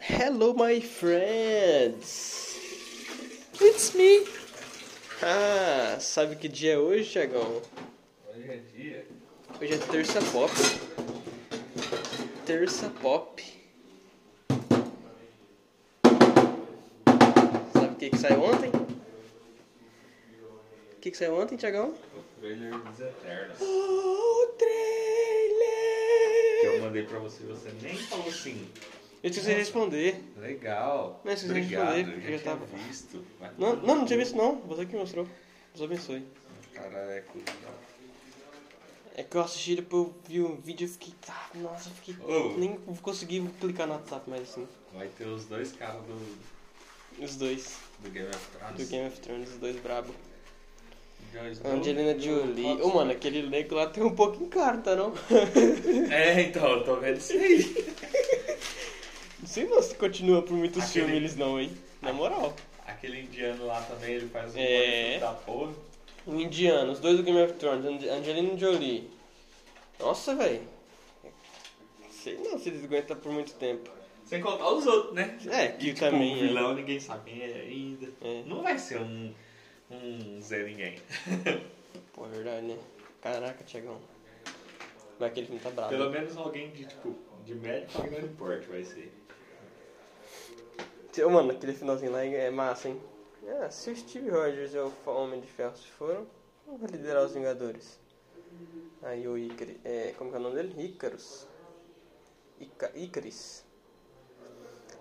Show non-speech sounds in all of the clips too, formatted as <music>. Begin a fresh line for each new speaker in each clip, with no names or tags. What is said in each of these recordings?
Hello, my friends! It's me! Ah, sabe que dia é hoje, Thiagão?
Hoje é dia.
Hoje é terça pop. Terça pop. Sabe o que, que saiu ontem? O que, que saiu ontem, Thiagão?
O trailer dos Eternos.
O
Que eu
trailer!
mandei pra você e você nem falou sim.
Eu esqueci de responder.
Legal.
Mas vocês
Obrigado,
responderam,
eu
eu
já
já
tinha
tava-
visto. Mas...
Não, não, não tinha visto não. Você que mostrou. Deus abençoe.
Cara, é cultural.
É que eu assisti depois eu vi um vídeo e fiquei. Ah, nossa, eu fiquei.
Oh.
Nem consegui clicar no WhatsApp mais assim.
Vai ter os dois caras do,
Os dois.
do Game of Thrones.
Do Game of Thrones, os dois brabo.
Jon Snow
Angelina
e o
Jolie.
Rob
Ô, mano,
Stark.
aquele leco lá tem um pouco em cara, tá não? <laughs>
É, então, eu tô vendo isso aí. <laughs>
Não sei não se continua por muitos
Aquele-
filmes eles não, hein? Na moral.
Aquele indiano lá também, ele faz um
É.
é... da porra.
O indiano, os dois do Game of Thrones, Ang- Angelina Jolie. Nossa, velho. Sei não se eles aguentam por muito tempo.
Sem contar os outros, né?
É, que
E, tipo,
também
O
é.
vilão ninguém sabe quem é ainda.
É.
Não vai ser um, um Zé Ninguém.
Pô, é verdade, né? Caraca, Tiagão. Mas aquele filme tá brabo.
Pelo menos alguém de, tipo, de médio pra grande porte vai ser.
Ô, Mano, aquele finalzinho lá é massa, hein? Ah, se o Steve Rogers e o Homem de Ferro se foram, eu vou liderar os Vingadores. Aí o Icari, é, como que é o nome dele? Icarus. Ica, Icaris.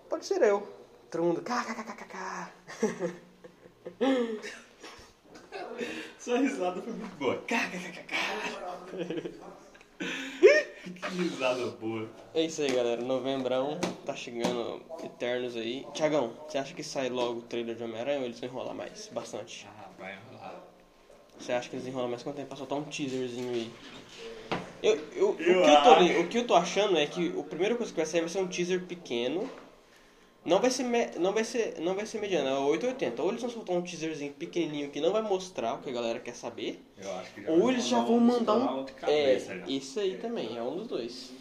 Pode ser eu. Todo mundo, kkkkkk.
Sua risada foi muito boa. <laughs> que risada boa.
É isso aí, galera. Novembrão, tá chegando Eternos aí. Tiagão, você acha que sai logo o trailer de Homem-Aranha ou eles vão enrolar mais? Bastante.
Ah, vai rolar.
Você acha que eles enrolam mais quanto tempo pra soltar um teaserzinho aí? Eu, eu, o, que
Eu
eu tô,
acho.
li- o que eu tô achando é que a primeira coisa que vai sair vai ser um teaser pequeno. Não vai ser, me- não vai ser, não vai ser mediano, é 880. Ou eles vão soltar um teaserzinho pequenininho que não vai mostrar o que a galera quer saber.
Eu acho que já
Ou
vai
eles já
rolar
vão mandar um.
de
É,
cabeça já.
isso aí também, é um dos dois.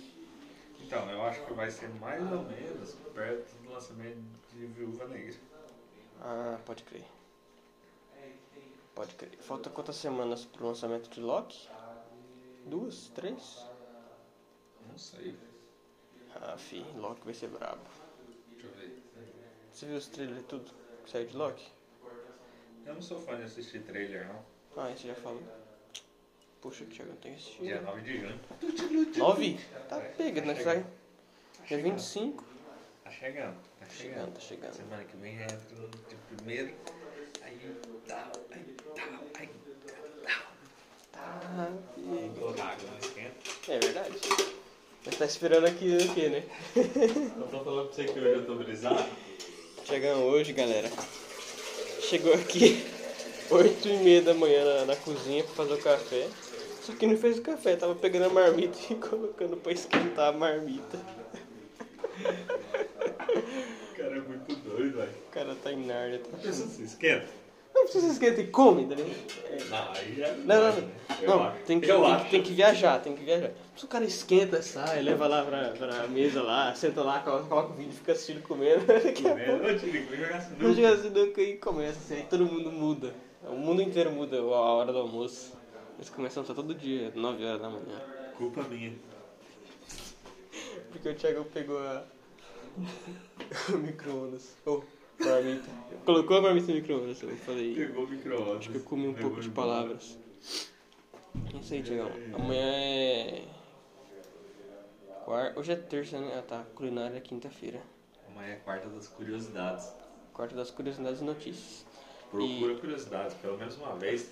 Então, eu acho que vai ser mais ou menos perto do lançamento de Viúva Negra.
Ah, pode crer. Pode crer. Falta quantas semanas pro lançamento de Loki? Duas? Três?
Não sei.
Ah, fi, Loki vai ser brabo.
Deixa eu ver.
Você viu os trailers e tudo que saiu de Loki?
Eu não sou fã de assistir trailer, não.
Ah, isso já falou. Puxa, que chega, não tem que
Dia
assistir.
9 de junho.
9? Tá pega, né?
Tá
que Sai.
Tá
Dia
chegando.
25.
Tá chegando. Tá
Chegando,
chegando.
É tá chegando.
Semana que vem entra no de primeiro. Aí tal, aí tal, aí
Tá pega.
tal. água, né? não esquenta.
É verdade. Mas tá esperando aqui o quê, né?
Eu tô falando pra você que hoje eu tô brisado.
Chegamos hoje, galera. Chegou aqui <laughs> 8 e meia da manhã na, na cozinha pra fazer o café. Só que não fez o café, tava pegando a marmita <laughs> e colocando pra esquentar a marmita.
O cara é muito doido, velho.
O cara tá em Nárnia. Tá...
A pessoa se esquenta?
Não precisa esquentar e come, tá ligado? É.
Não, aí já.
Não, não,
acho,
não.
né? Eu
Não,
acho.
tem que,
Eu
tem,
acho.
que- tem que viajar, tem que viajar. Se o cara esquenta, sai, leva lá pra, pra mesa lá, senta lá, coloca, coloca o vídeo, fica assistindo comendo. <laughs> Daqui a pouco,
Eu te ligo, vou jogar assim, sinuca.
não chega sinuca e começa, assim, aí todo mundo muda. O mundo inteiro muda a hora do almoço. Eles começam a almoçar todo dia, 9 horas da manhã.
Culpa minha.
Porque o Thiago pegou a... <laughs> o micro-ondas. Ou marmita. Colocou a marmita no micro-ondas, eu falei.
Pegou o micro-ondas.
Acho que eu comi um
Levou
pouco de
embora.
palavras. Não sei, Tiagão. Amanhã é. Quar... Hoje é terça, né? Ah tá. Culinária é quinta-feira.
Amanhã é quarta das curiosidades.
Quarta das curiosidades e notícias.
Procura curiosidades, pelo menos
<laughs>
uma vez.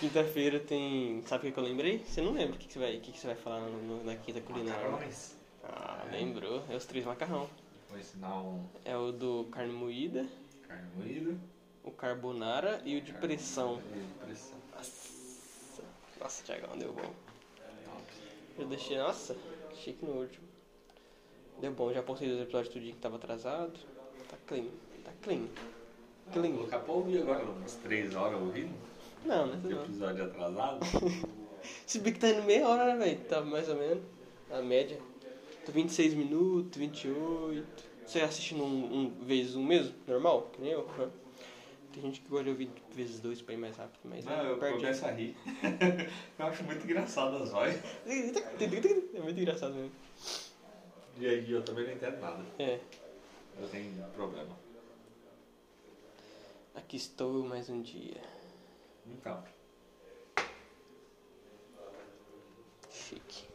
Quinta-feira tem. Sabe o que que eu lembrei? Você não lembra o que, que, você, vai... o que, que você vai falar no- no- na quinta
Tá,
culinária? né?
Macarões.
Ah, lembrou. É os três macarrão.
Vou ensinar um
É o do carne moída,
carne moída.
o carbonara e o de pressão.
De pressão.
Nossa, Nossa Tiagão, deu bom.
Top.
Eu deixei, nossa, chique no último. Deu bom, já postei dois episódios do dia que tava atrasado. Tá clean, tá clean.
Clean. Colocar pra ouvir agora, umas 3 horas ouvindo.
Não, nessa não.
Episódio atrasado.
Se bem que tá indo meia hora, né, velho? Tá mais ou menos. A média. Tá 26 minutos, 28. Você assiste num um, vezes um mesmo? Normal? Que nem eu? né? Tem gente que gosta de ouvir vezes dois pra ir mais rápido, mas
Não, Ah, eu começo a rir. <laughs> eu acho muito engraçado as vozes.
É muito engraçado mesmo.
E aí eu também não entendo nada.
É.
Eu tenho problema.
Aqui estou eu mais um dia.
Então,
Chique.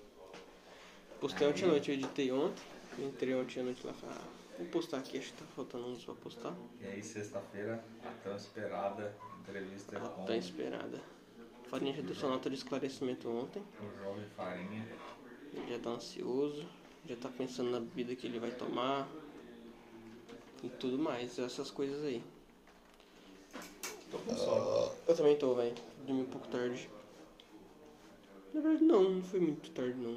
Postei ontem à noite, eu editei ontem. Entrei ontem à noite lá e falei, ah, vou postar aqui, acho que tá faltando uns pra postar.
e aí sexta-feira, a tão esperada entrevista
Ah,
com
tá esperada. Farinha já deu sua nota de esclarecimento ontem.
o jovem Farinha.
Ele já tá ansioso, já tá pensando na bebida que ele vai tomar e tudo mais, essas coisas aí.
Tô com sono.
Eu também tô, velho. Dormi um pouco tarde. Na verdade, não, não foi muito tarde, não.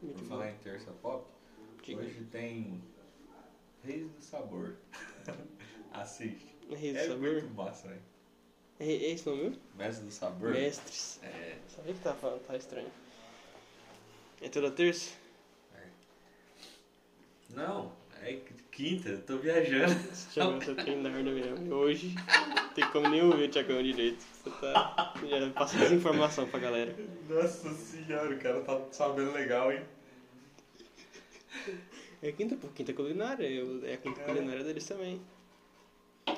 Muito
Vou
bom.
falar em terça pop.
Diga.
Hoje tem Reis
<laughs>
do Sabor. Assiste.
Reis do
é
Sabor?
muito massa, hein?
É, é esse nome mesmo?
Mestre do Sabor.
Mestres.
É,
Sabia que tá, fa- tá estranho. É toda terça?
Não, é quinta, eu tô viajando. <laughs>
Tiagão, você tem merda mesmo. E Hoje, não tem como nem ouvir o Tiagão direito. Você tá. você Já passa desinformação pra galera.
Nossa senhora, o cara tá sabendo legal, hein?
É quinta, pô, quinta culinária. eu- É a quinta culinária deles também.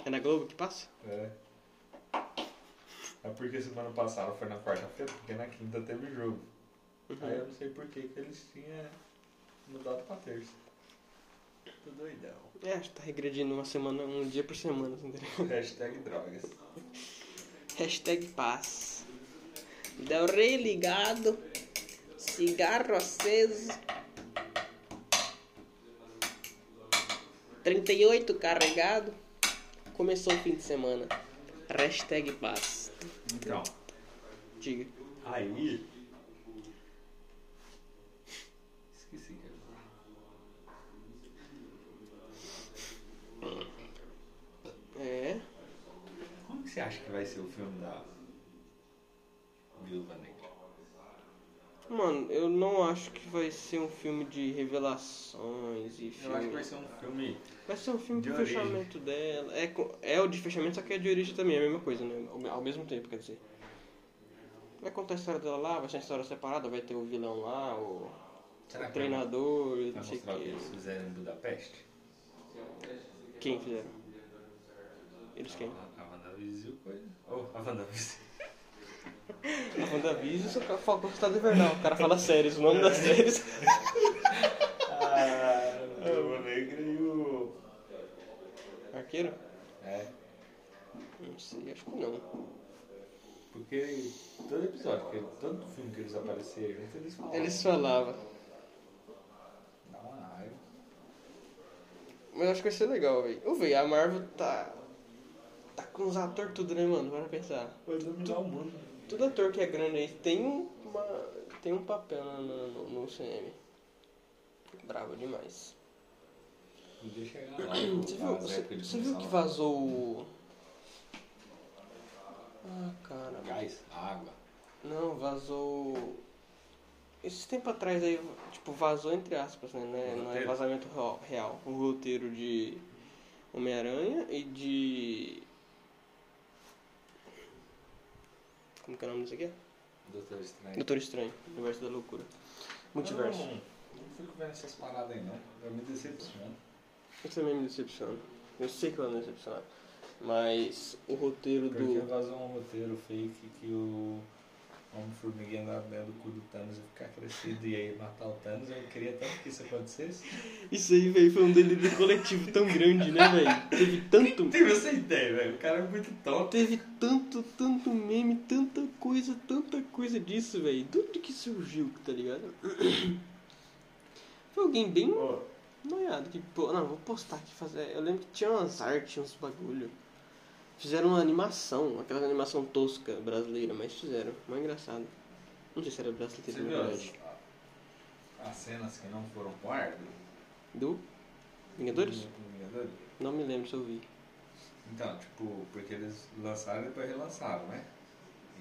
É na Globo que passa?
É. É porque semana passada foi na quarta-feira, porque na quinta teve jogo. Aí eu não sei por que que eles tinham mudado pra terça. Tô <laughs> doidão.
É, acho que tá regredindo uma semana, um dia por semana, entendeu?
Hashtag drogas.
Hashtag paz. Del Rey ligado. Cigarro aceso. 38 carregado. Começou o fim de semana. Hashtag paz.
Então,
Diga.
aí. Esqueci que era.
É.
Como que você acha que vai ser o filme da Viúva Negra?
Mano, eu não acho que vai ser um filme de revelações e
Eu acho que
filme.
vai ser um filme.
Vai ser um filme
De
com
origem.
fechamento dela. É, co- é o de fechamento, só que é de origem também, é a mesma coisa, né? Ao- Ao mesmo tempo, quer dizer. Vai contar a história dela lá, vai ser uma história separada, vai ter o vilão lá, o
Será que
treinador,
vai-
não
vai
sei o
mostrar o que eles
que.
fizeram em Budapeste?
Quem fizeram? Eles quem?
A WandaVision coisa. Oh, a WandaVision.
A WandaVision só que foca no Estado Invernal. O cara fala séries, o nome das
É.
séries.
Ah, a Viúva Negra e o.
Arqueiro?
É,
Não sei, acho que não.
porque todo episódio, que- todo filme que eles apareceram, juntos, eles falam.
Eles falavam.
Dá uma raiva.
Mas eu acho que vai ser legal, velho. Eu vi, a Marvel tá. Tá com uns atores tudo, né, mano? Bora pensar.
Vai dominar o mundo.
Todo ator que é grande aí tem um- uma. tem um papel no, no, no cinema. Bravo demais.
Podia chegar lá.
Você viu,
as
você,
épocas de
você viu que
função.
vazou o. Ah, cara.
Gás, água.
Não, vazou. Esse tempo atrás aí, tipo, vazou entre aspas, né? Não é- Não é
Roteiro.
vazamento real- real. O roteiro de Homem-Aranha e de. Como que é o nome disso aqui?
Doutor Estranho.
Doutor Estranho, Universo da Loucura. Multiverso.
Eu Não, não fico vendo essas paradas aí, não. Eu me decepciono.
Eu também me decepciono. Eu sei que eu ando decepcionado. Mas o roteiro
Porque
do.
vazou um roteiro fake que o Homem-Formiga ia andar dentro do cu do Thanos e ficar crescido e aí matar o Thanos. Eu queria tanto que isso acontecesse.
Isso aí, velho, foi um delírio coletivo tão grande, né, velho? Teve tanto.
Teve essa ideia, velho. O cara é muito tonto.
Teve tanto, tanto meme, tanta coisa, tanta coisa disso, velho. De onde que surgiu, tá ligado? Foi alguém bem
Ô,
noiado que, pô, não, vou postar aqui fazer. Eu lembro que tinha umas artes, uns bagulho. Fizeram uma animação, aquela animação tosca brasileira, mas fizeram. Mó engraçado. Não sei se era
você
brasileira, na
viu
é verdade.
as, as cenas que não foram pro ar? do-
Do Vingadores?
do Vingadores?
Não me lembro se eu vi.
Então, tipo, porque eles lançaram e depois relançaram, né?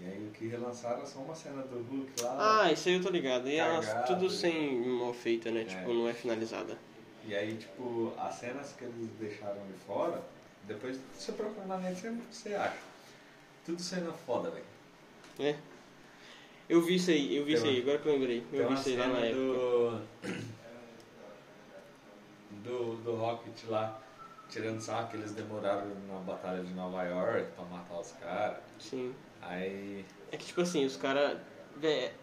E aí o que relançaram é só uma cena do Hulk lá.
Ah, isso aí eu tô ligado. E ela
Cagado.
tudo sem mal feita, né? Tipo, não é finalizada.
E aí, tipo, as cenas que eles deixaram de fora, depois você procura na net você- você acha. Tudo cena foda, velho.
É. Eu vi isso aí, eu vi
Tem
isso aí,
uma-
agora que eu lembrei.
Tem
Eu vi
uma
isso aí lá
cena
na época.
do... <coughs> do. do Rocket lá, tirando saco, que eles demoraram na batalha de Nova York pra matar os caras.
Sim.
Aí.
É que tipo assim, os caras.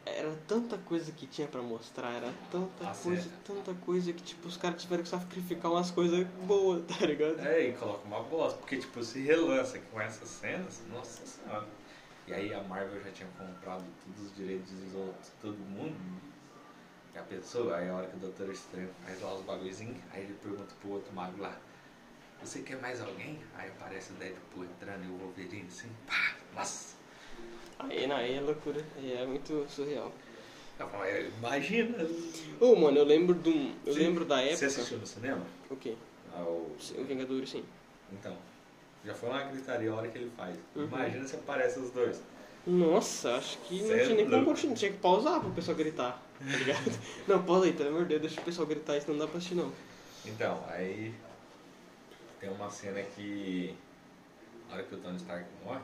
Era tanta coisa que tinha pra mostrar, era tanta
Ah,
coisa,
certo.
tanta coisa que tipo, os caras tiveram que sacrificar umas coisas boas, <laughs> tá ligado?
É, e coloca uma bosta, porque tipo, se relança com essas cenas, nossa senhora. E aí a Marvel já tinha comprado todos os direitos de todo mundo. Já pensou? Aí a hora que o Doutor Estranho faz lá os bagulhozinhos, aí ele pergunta pro outro mago lá, você quer mais alguém? Aí aparece o Deadpool entrando e o Wolverine assim, pá, nossa.
Aí, não, aí é loucura, aí é muito surreal.
Eu falo, "É, Imagina!
Ô, mano, eu lembro de um. Eu
Sim.
lembro da
Você
época.
assistiu no cinema?
O quê?
Ao...
O Vingadores, sim.
Então, já foi uma gritaria a hora que ele faz.
Uhum.
Imagina se aparece os dois.
Nossa, acho que não
Cê é
tinha nem como
louco.
continuar, tinha que pausar pro pessoal gritar, tá ligado?
<laughs>
não, pausa aí, pelo amor de Deus, deixa o pessoal gritar, isso não dá pra assistir não.
Então, aí tem uma cena que na hora que o Tony Stark morre,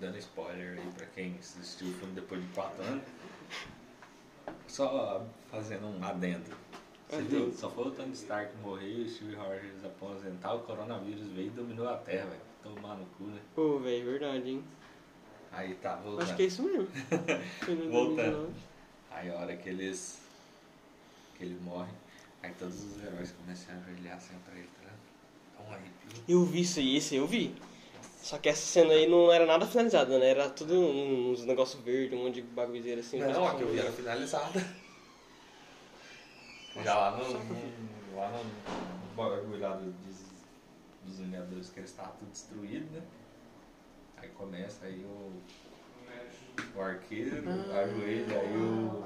dando spoiler aí pra quem assistiu o filme depois de 4 anos, só fazendo um adendo. Você
Adendo.
viu? Só foi o Tony Stark morrer e o Steve Rogers aposentar, o coronavírus veio e dominou a Terra, velho. Tomar no cu, né?
Ô, velho, verdade, hein?
Aí tá,
Acho que é
voltando.
isso
<laughs>
mesmo. Foi no
Voltando.
2019.
Aí a hora que eles. que ele morre, aí todos os heróis começam a brilhar assim pra ele, tá ligado? Um arrepio.
Eu vi isso aí, esse eu vi. Só que essa cena aí não era nada finalizada, né? Era tudo um- uns negócios verdes, um monte de baguizeira assim.
Não,
umas
a que eu vi era finalizada. Já lá no, no- lá no, no bagulho lá do- dos, dos Vingadores que eles estavam tudo destruído, né? Aí começa aí o, o arqueiro, ajoelha, aí o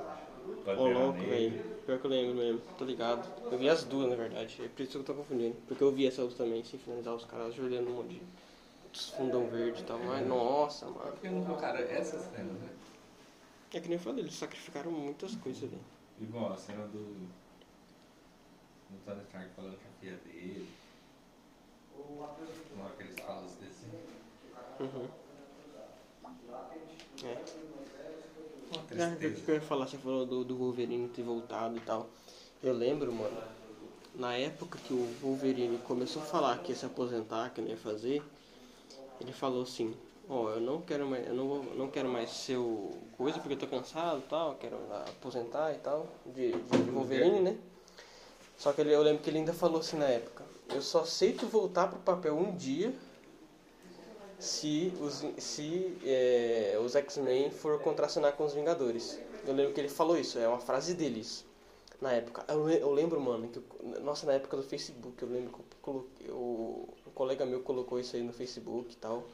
Ô, louco,
Negra.
velho. Pior que eu lembro mesmo, tô ligado. Eu vi as duas, na verdade. É por isso que eu tô confundindo. Porque eu vi essa outra também, sem finalizar os caras ajoelhando um monte de fundão verde e tal. Mas, nossa, mano.
Por que não colocaram essas cenas, né?
É que nem eu falei, eles sacrificaram muitas coisas ali.
Igual a cena do. do Tony Stark falando com a filha dele. Na hora que eles falam os desenhos.
Uhum. É.
Uma
Ah, o que
tristeza.
eu ia falar, você falou do, do Wolverine ter voltado e tal. Eu lembro, mano, na época que o Wolverine começou a falar que ia se aposentar, que não ia fazer, ele falou assim, ó, eu não quero mais, eu não, vou, não quero mais ser o coisa porque eu tô cansado e tal, quero lá aposentar e tal, de, de de Wolverine, né? Só que ele, eu lembro que ele ainda falou assim na época, eu só aceito voltar pro papel um dia se os, se, é, os X-Men for contracionar com os Vingadores. Eu lembro que ele falou isso, é uma frase deles. Na época. Eu, le- eu lembro, mano, que eu- nossa, na época do Facebook, eu lembro que eu coloquei, o, um colega meu colocou isso aí no Facebook e tal.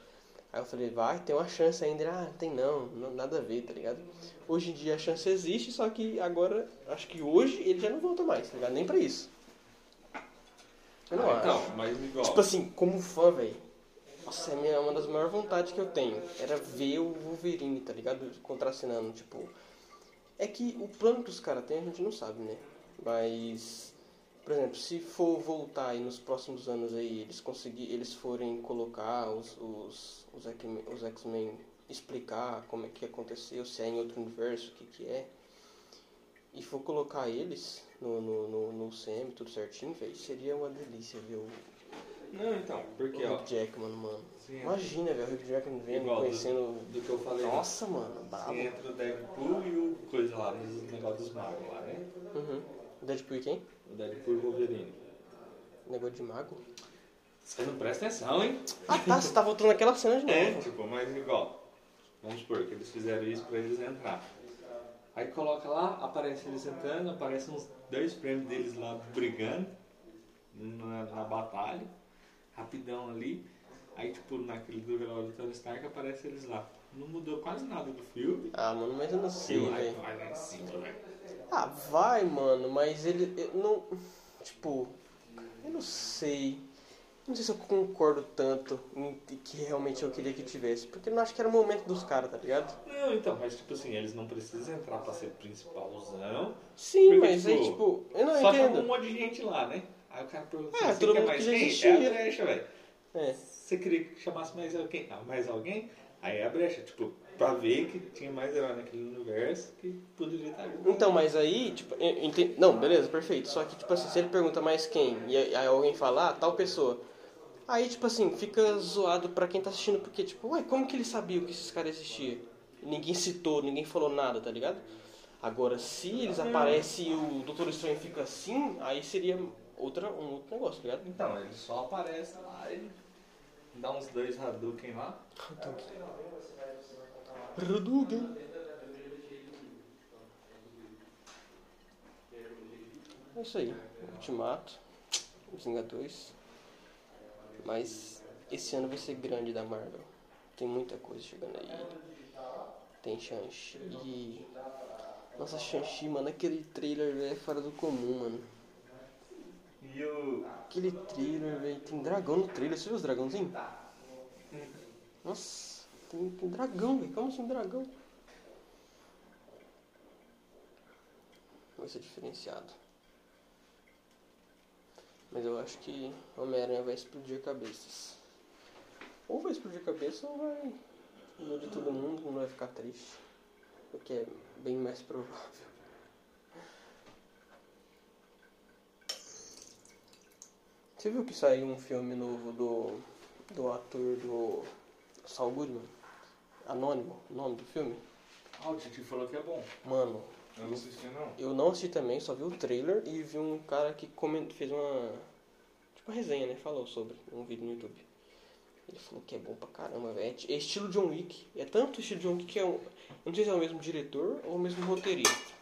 Aí eu falei, vai, tem uma chance ainda. Ele, ah, tem não, não- nada a ver, tá ligado? Hoje em dia a chance existe, só que agora, acho que hoje ele já não volta mais, tá ligado? Nem pra isso. Eu não
Ah,
acho.
então, mas igual.
Tipo assim, como fã, velho. Nossa, é a minha- uma das maiores vontades que eu tenho. Era ver o Wolverine, tá ligado? Contracenando, tipo. É que o plano que os caras têm a gente não sabe, né? Mas. Por exemplo, se for voltar aí nos próximos anos aí, eles conseguir, eles forem colocar os, os, os X-Men- os X-Men explicar como é que aconteceu, se é em outro universo, o que, que é. E for colocar eles no, no, no, no CM, tudo certinho, velho, seria uma delícia ver o,
Não, então, porque
o
ó.
Hugh Jackman, mano.
Sim,
Imagina, velho, o Hugh Jackman vendo,
Igual do-
conhecendo...
do que eu falei.
Nossa, mano, brabo.
Se entra o Deadpool e o coisa lá, o negócio dos magos lá, né?
Uhum. Deadpool e quem?
O Deadpool e o Wolverine.
Negócio de mago?
Você não presta atenção, hein?
Ah, tá, você tá voltando naquela cena de
É,
novo.
tipo, mas igual. Vamos supor que eles fizeram isso pra eles entrar. Aí coloca lá, aparece eles entrando, aparecem uns dois prêmios deles lá brigando na, na batalha, rapidão ali. Aí, tipo, naquele do velório do Tony Stark aparece eles lá. Não mudou quase nada do filme.
Ah, mano, mas eu não sei,
Sim, aí
velho.
vai lá em cima,
né?
velho.
Ah, vai, mano, mas ele eu não. Tipo, eu não sei. Não sei se eu concordo tanto em que realmente eu queria que tivesse. Porque eu não acho que era o momento dos caras, tá ligado?
Não, então, mas tipo assim, eles não precisam entrar pra ser principalzão.
Sim,
Porque,
mas aí,
tipo,
tipo, eu não
só
entendo.
chama um monte de gente lá, né? Aí o cara pergunta,
Ah,
assim,
todo
quer
mundo
mais
que já
quem?
existia.
É a brecha, velho.
É.
Você queria que chamasse mais alguém? Ah, mais alguém? Aí é a brecha, tipo, pra ver que tinha mais herói naquele universo que poderia estar junto.
Então, mas aí, tipo, eu eu entendi. Não, beleza, perfeito. Só que, tipo assim, se ele pergunta mais quem, e aí aí alguém fala, ah, tal pessoa. Aí, tipo assim, fica zoado pra quem tá assistindo, porque, tipo, ué, como que ele sabia o que esses caras existiam? Ninguém citou, ninguém falou nada, tá ligado? Agora, se eles aparecem e o Doutor Estranho fica assim, aí seria outra, um outro negócio, tá ligado?
Então, ele só aparece lá e dá uns dois Hadouken lá.
Hadouken. É isso aí. Ultimato. Os Vingadores. Mas esse ano vai ser grande da Marvel. Tem muita coisa chegando aí. Tem Shang-Chi. Nossa, Shang-Chi, mano. Aquele trailer velho, é fora do comum, mano.
E o. ah,
Aquele trailer, velho. Tem dragão no trailer. Você viu os dragãozinhos? Nossa, tem, tem dragão, velho. Como assim dragão? Vai ser diferenciado. Mas eu acho que Homem-Aranha vai explodir cabeças. Ou vai explodir cabeça ou vai iludir todo mundo, não vai ficar triste. O que é bem mais provável. Você viu que saiu um filme novo do, do ator do Saul Goodman? Anônimo, o nome do filme?
Ah, o Titi falou que é bom.
Mano,
Eu não assisti, não.
eu não assisti também, só vi o trailer e vi um cara que comen- fez uma. Tipo uma resenha, né? Falou sobre um vídeo no YouTube. Ele falou que é bom pra caramba, velho. É estilo John Wick. É tanto estilo John Wick que é um. Eu não sei se é o mesmo diretor ou o mesmo roteirista.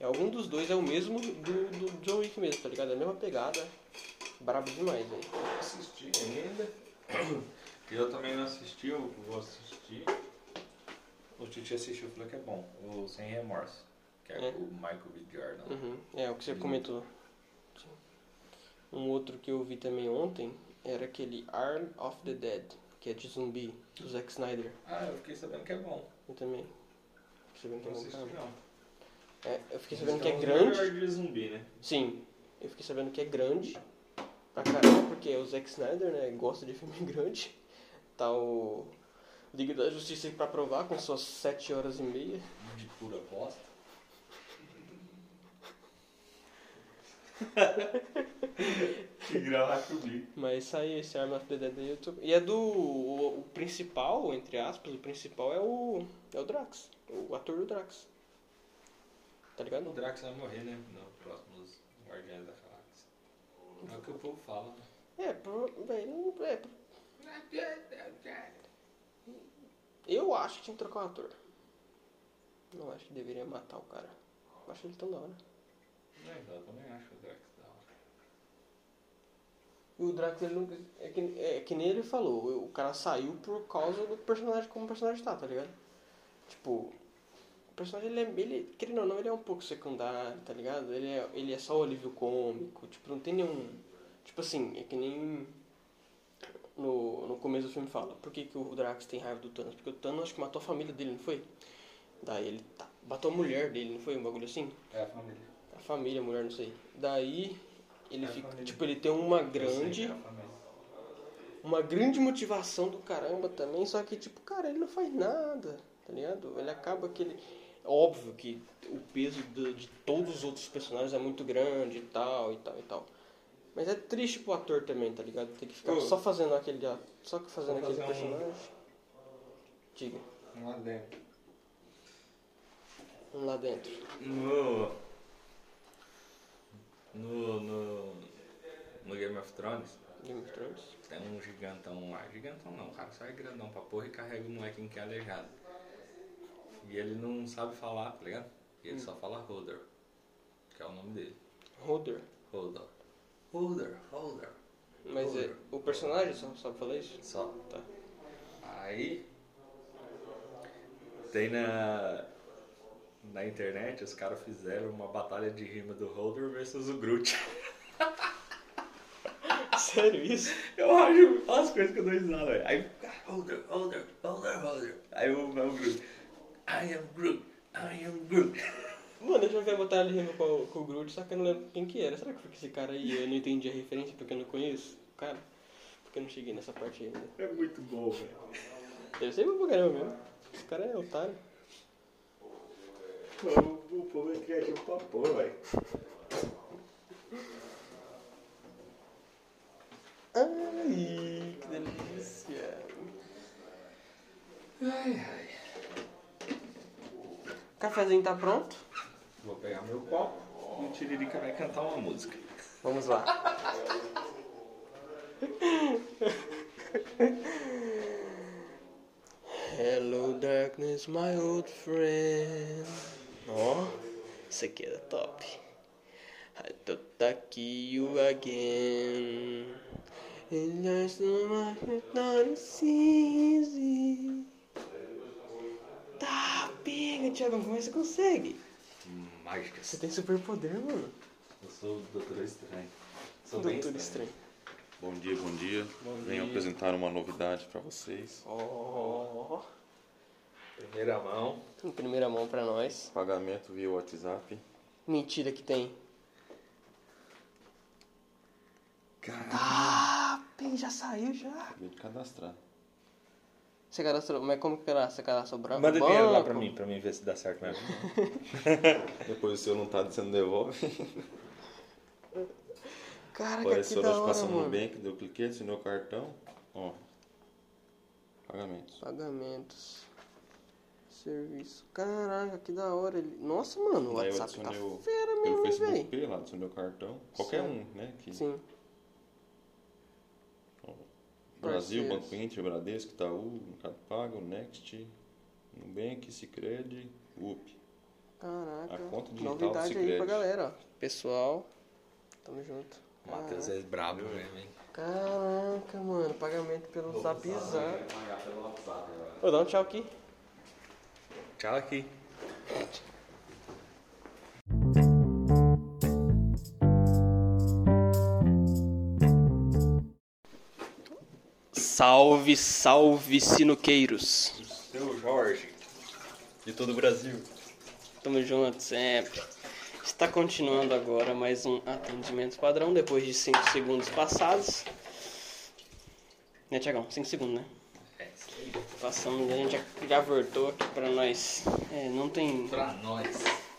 É algum dos dois, é o mesmo do, do John Wick mesmo, tá ligado? É a mesma pegada. Brabo demais, velho.
Não assisti ainda. <coughs> Eu também não assisti, eu vou assistir. O Titi assistiu e falou que é bom. O Sem Remorso. Que é,
É.
o Michael B. Jordan.
Uhum, É, o que você comentou. Um outro que eu vi também ontem era aquele Arm of the Dead, que é de zumbi, do Zack Snyder.
Ah, eu fiquei sabendo que é bom.
Eu também. Fiquei sabendo que
Não
é bom
assisti,
pra caramba.
não.
É, eu fiquei sabendo
Esse
que é
um
grande.
melhor de zumbi, né?
Sim, eu fiquei sabendo que é grande pra caramba, porque o Zack Snyder, né, gosta de filme <laughs> grande. Tá o Liga da Justiça aí pra provar com suas 7 horas e meia.
De pura bosta.
<laughs>
que gravar comigo.
Mas saiu esse Arm of the Dead do YouTube. E é do. O, o principal, entre aspas, o principal é o. É o Drax. O ator do Drax. Tá
O
ligado?
Drax vai morrer, né? No próximos Guardiões da Galáxia. É o que o povo fala, né?
É, pro- véi, não- é, pro- Eu acho que tinha que trocar o ator. Não acho que deveria matar o cara. Eu acho ele tão da hora.
Mas É, eu também acho o Drax da hora.
E o Drax, ele não. É que, é que nem ele falou, o cara saiu por causa do personagem como o personagem tá, tá ligado? Tipo. O personagem, ele, é, ele querendo ou não, ele é um pouco secundário, tá ligado? Ele é, ele é só o alívio cômico, tipo, não tem nenhum. Tipo assim, é que nem. No, no começo do filme fala, por que, que o Drax tem raiva do Thanos? Porque o Thanos acho que matou a família dele, não foi? Daí ele tá, matou a mulher dele, não foi? Um bagulho assim?
É a família.
A família, a mulher, não sei. Daí ele
É a
fica.
família.
Tipo, ele tem uma
Eu sei que
grande
é a família.
uma grande motivação do caramba também, só que, tipo, cara, ele não faz nada, tá ligado? Ele acaba que ele. Óbvio que o peso do- de todos os outros personagens é muito grande e tal, e tal, e tal. Mas é triste pro ator também, tá ligado? Tem que ficar
Ô.
só fazendo aquele. Só que fazendo
Vou
aquele
fazer um-
personagem. Diga,
Um adendo.
um lá dentro.
No. No. No. No Game of Thrones.
Game of Thrones.
Tem um gigantão lá. Gigantão não, o cara só é grandão pra porra e carrega o moleque em que é aleijado. E ele não sabe falar, tá ligado? E
Hum.
ele só fala Holder, que é o nome dele.
Holder.
Holder. Holder, Holder.
Mas é,
Holder.
o personagem só sabe falar isso? <laughs>
Só.
Tá.
Aí. Tem na. Na internet, os caras fizeram uma batalha de rima do Holder versus o Groot.
Sério isso?
<laughs> Eu acho. Olha as coisas que eu dou risada, velho. Aí. Older, older, older, older. Aí o meu Groot. I am Groot. I am Groot. <laughs>
Mano, eu já vi botar ele rima com, o- com o Groot, só que eu não lembro quem que era. Será que foi esse cara aí? Eu não entendi a referência porque eu não conheço o cara. Porque eu não cheguei nessa parte ainda.
É muito bom, velho.
Deve ser bom pra caramba mesmo. Esse cara é otário.
O, o povo é criativo pra pôr, velho.
Ai, que delícia.
Ai, ai.
O cafezinho tá pronto?
Vou pegar meu copo.
E o Tiririca vai cantar uma música.
Vamos lá. Hello darkness, my old friend. Ó, isso aqui era top. I thought I kill you again. And there's no more not easy. Tá, pega, Thiago, como é que você consegue?
Mágicas.
Você tem superpoder, mano.
Eu sou o Doutor Estranho. Sou bem
Doutor Estranho.
Bom dia, bom dia.
Bom
Venho
dia.
apresentar uma novidade para vocês.
Ó.
Primeira mão.
Em primeira mão pra nós.
Pagamento via WhatsApp.
Mentira que tem.
Caralho.
Ah, bem, já saiu já.
Acabei de cadastrar.
Você cadastrou, mas como que cadastra? Você cadastrou branco?
Manda dinheiro lá
banco?
pra mim, pra mim ver se dá certo mesmo.
<laughs> Depois o seu não tá dizendo devolve.
Caraca, que
Apareceu a
da hora,
notificação
mano.
no bank, deu cliquei, assinou o cartão. Ó. Pagamentos.
Pagamentos. Serviço. Caraca, que da hora. ele- Nossa, mano, o
Daí eu
WhatsApp tá
adicionei o-
fera
Pelo
mesmo, hein,
Facebook
velho.
Pay lá, adicionei o cartão. Qualquer
Sim.
um, né? Que
Sim.
Brasil,
Parceiros.
Banco Inter, Bradesco, Itaú, Mercado Pago, Next, Nubank, Cicred, UP.
Caraca.
A conta digital do
Novidade aí pra
Sicredi.
galera, ó. Pessoal, tamo junto.
Matheus é brabo mesmo, hein?
Caraca, mano, pagamento pelo Zap Zap.
Pagar pelo WhatsApp agora.
Ô, dá um tchau aqui.
Tchau aqui.
Salve, salve, sinoqueiros.
Seu Jorge.
De todo o Brasil.
Tamo junto sempre. Está continuando agora mais um atendimento padrão, depois de 5 segundos passados. Né, Tiagão? 5 segundos, né?
É,
Passamos, a gente já, já voltou aqui pra nós. É, não tem,
Pra nós.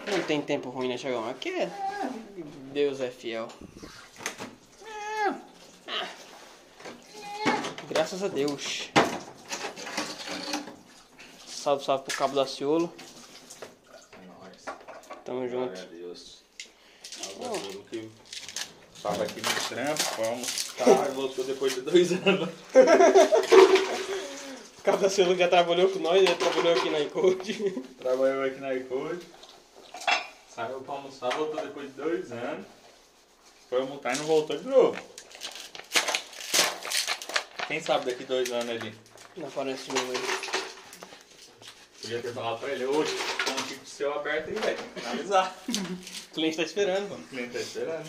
não tem tempo ruim, né, Tiagão? Aqui é. Deus é fiel. Ah, Graças a Deus. Salve, salve pro Cabo da Ciolo.
Pra nós.
Tamo junto.
Glória a Deus.
Não.
Algo tudo que tava aqui no trampo, vamos. Tá, e voltou depois de
<laughs>
dois anos.
Cada selo já trabalhou com nós, já trabalhou aqui na Encode.
Trabalhou aqui na iCode. Saiu pra almoçar, voltou depois de dois anos. Foi multar e não voltou de novo. Quem sabe daqui dois anos ele
Não aparece de novo aí.
podia ter falado pra ele hoje, com o tipo seu aberto aí, velho. Analisar.
O cliente tá esperando, mano.
O cliente tá esperando.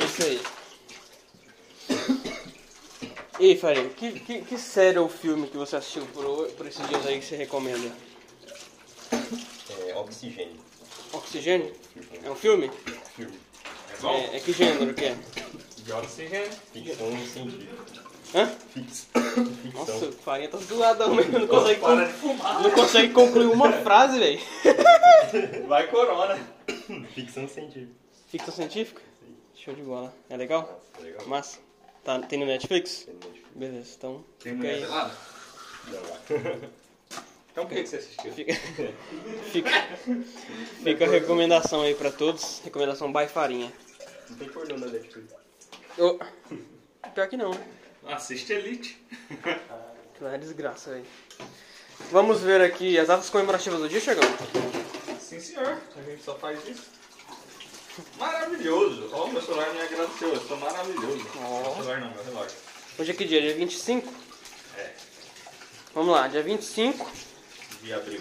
É isso aí. Ei, Farinha, que, que, que série ou filme que você assistiu por, por esses dias aí que você recomenda?
É, oxigênio.
Oxigênio? É um filme?
Filme.
É bom?
É, é que gênero que é?
De oxigênio.
Ficção científica.
Hã? <coughs> Nossa, o Farinha tá zoadão, velho. Não consegue, con- não consegue concluir uma frase, velho.
Vai corona.
Ficção científica.
Ficção científica? Show de bola. É legal?
Legal. um
Massa. Tá, tem no Netflix? Beleza, então
Tem
mulher
mulher pelada? <laughs> Então por que que você assistiu?
Fica, <laughs> fica, fica a recomendação aí pra todos. Recomendação by farinha.
Não tem pornô na Netflix.
Ô, Pior que não. né?
Assiste Elite.
Que lá é desgraça, velho. Vamos ver aqui as datas comemorativas do dia, Chegão.
Sim, senhor. A gente só faz isso. Maravilhoso. Ó, meu celular me agradeceu. Eu sou maravilhoso.
Ó.
Meu celular não, meu relógio.
Hoje é que dia? Dia 25?
É.
Vamos lá, dia 25.
De abril.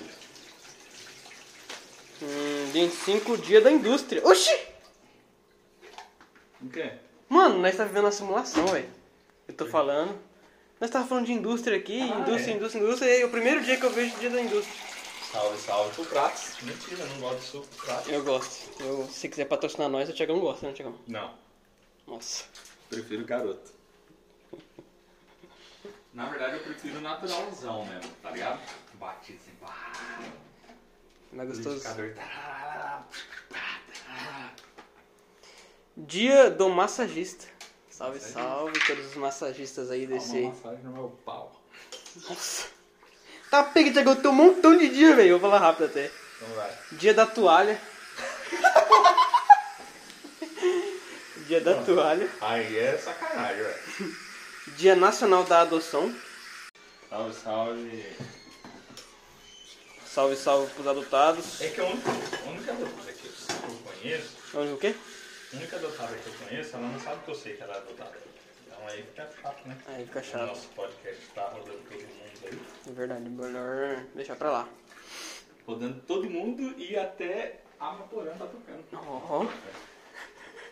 Hum, 25, dia da indústria. Oxi!
O quê?
Mano, nós tá vivendo uma simulação, velho. Eu tô falando. Nós tava falando de indústria aqui, indústria,
é.
indústria, indústria, e aí Ah, é o primeiro dia que eu vejo o dia da indústria.
Salve, salve pro Prax. Mentira, eu não gosto de suco pro Prax.
Eu gosto. Eu, se quiser patrocinar nós, o Tiagão gosta, né, Tiagão?
Não,
Nossa.
prefiro garoto.
Na verdade, eu prefiro naturalzão mesmo, tá ligado? Batido assim, pá.
Não é gostoso.
liquidificador, tá.
Dia do massagista. Salve, salve, todos os massagistas aí desse
Uma
aí.
massagem no meu pau.
Nossa. Tá pega, Tiagão, tem um montão de dia, velho. Eu vou falar rápido até.
Então vai.
Dia da toalha. Dia da toalha.
Aí é sacanagem, velho.
Dia Nacional da Adoção.
Salve, salve.
Salve, salve pros adotados.
É que a única, a única adotada que eu conheço,
Onde o quê?
a única adotada que eu conheço, ela não sabe que eu sei que ela é adotada. Então aí fica chato, né?
Aí fica
O
chato.
nosso podcast tá rodando todo mundo aí.
É verdade, melhor deixar pra lá.
Rodando todo mundo e até a Maporã tá tocando.
Ó,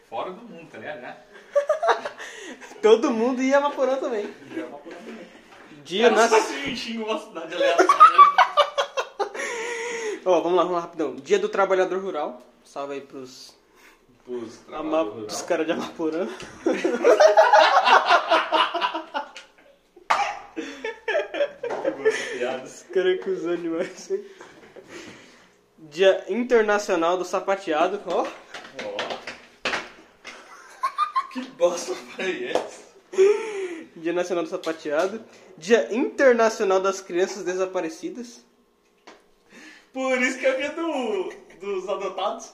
Fora do mundo, tá ligado? Né?
Todo mundo ia evaporando também.
E a Maporã também.
Dia
Nossa,
Nacional.
assim, xinga uma cidade aleatória.
Ó, vamos lá, vamos lá rapidão. Dia do Trabalhador Rural. Salve aí pros,
Pros
ama...
trabalhadores
pros
rural.
caras de Amaporã. <laughs>
Boas piadas.
Os caras que usam demais. Dia Internacional do Sapateado. Ó.
Ó. Que bosta foi essa?
Dia Nacional do Sapateado. Dia Internacional das Crianças Desaparecidas.
Por isso que é o dia do, dos adotados.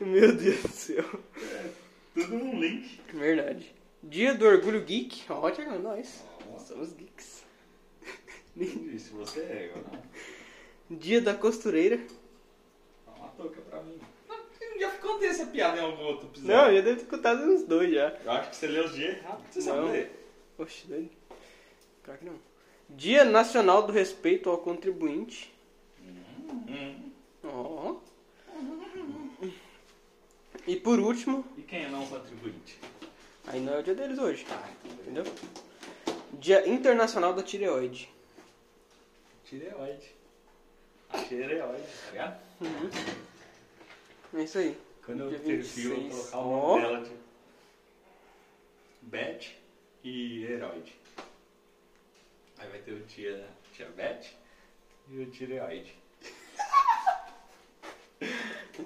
Meu Deus do céu.
Tudo um link.
Verdade. Dia do Orgulho Geek. Ó, é Thiago, nós. Somos geeks.
Entendi, se você é ou não.
Dia da costureira.
Dá Tá uma touca pra mim. Não, Já contei essa piada em algum outro episódio.
Não, eu já deve ter contado uns dois já.
Eu acho que você leu os dias errado, você sabe
Não.
ler.
Oxe, doido. Claro que não. Dia Nacional do Respeito ao Contribuinte.
Hum.
Ó. E por último,
E quem é não contribuinte?
aí não é o dia deles hoje,
Ah, então beleza.
entendeu? Dia Internacional da Tireoide.
Tireoide. A tireoide, tá ligado?
É isso aí.
Quando eu
Dia
perfil, eu
26.
vou colocar o
Ó.
nome dela de Beth e Heroide. Aí vai ter o tia, tia Beth e o
<laughs>
tireoide.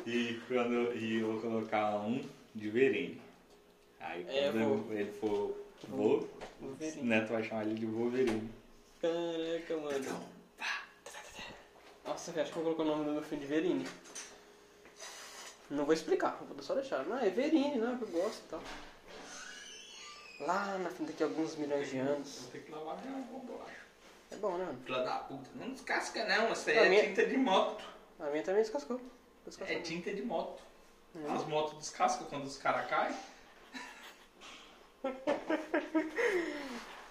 e, quando, e eu vou colocar um de Verene. Aí
É,
quando ele for Bo, o Neto vai chamar ele de Wolverine.
Caraca, mano. Nossa, velho, acho que eu vou colocar o nome do meu filho de Verine. Não vou explicar, vou só deixar. Não, é Verine, não, é que eu gosto e tal. Lá na frente daqui a alguns milhões de anos.
Vou ter que lavar minha bolacha.
É bom, né? mano?
Filha da puta. Não descasca não, essa aí
Pra
é
mim é-
tinta de moto.
A minha também descascou. Descascou.
É tinta de moto. As motos descascam quando os caras caem.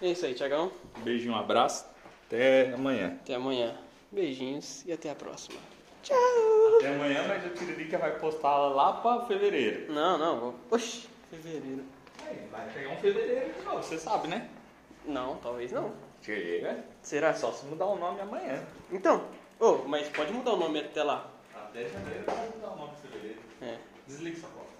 É isso aí, Tiagão.
Beijinho, um abraço. Até amanhã.
Até amanhã. Beijinhos e até a próxima.
Até amanhã, mas a Tiririca vai postar lá pra fevereiro.
Não, não, vou. Oxi, fevereiro.
Aí, vai pegar um fevereiro de novo.
Você sabe, né?
Não, talvez não.
Chega.
Será?
É só se mudar o nome amanhã.
Então, ô, mas pode mudar o nome até lá.
Até janeiro, vai mudar o nome de fevereiro.
É.
Desliga essa porta.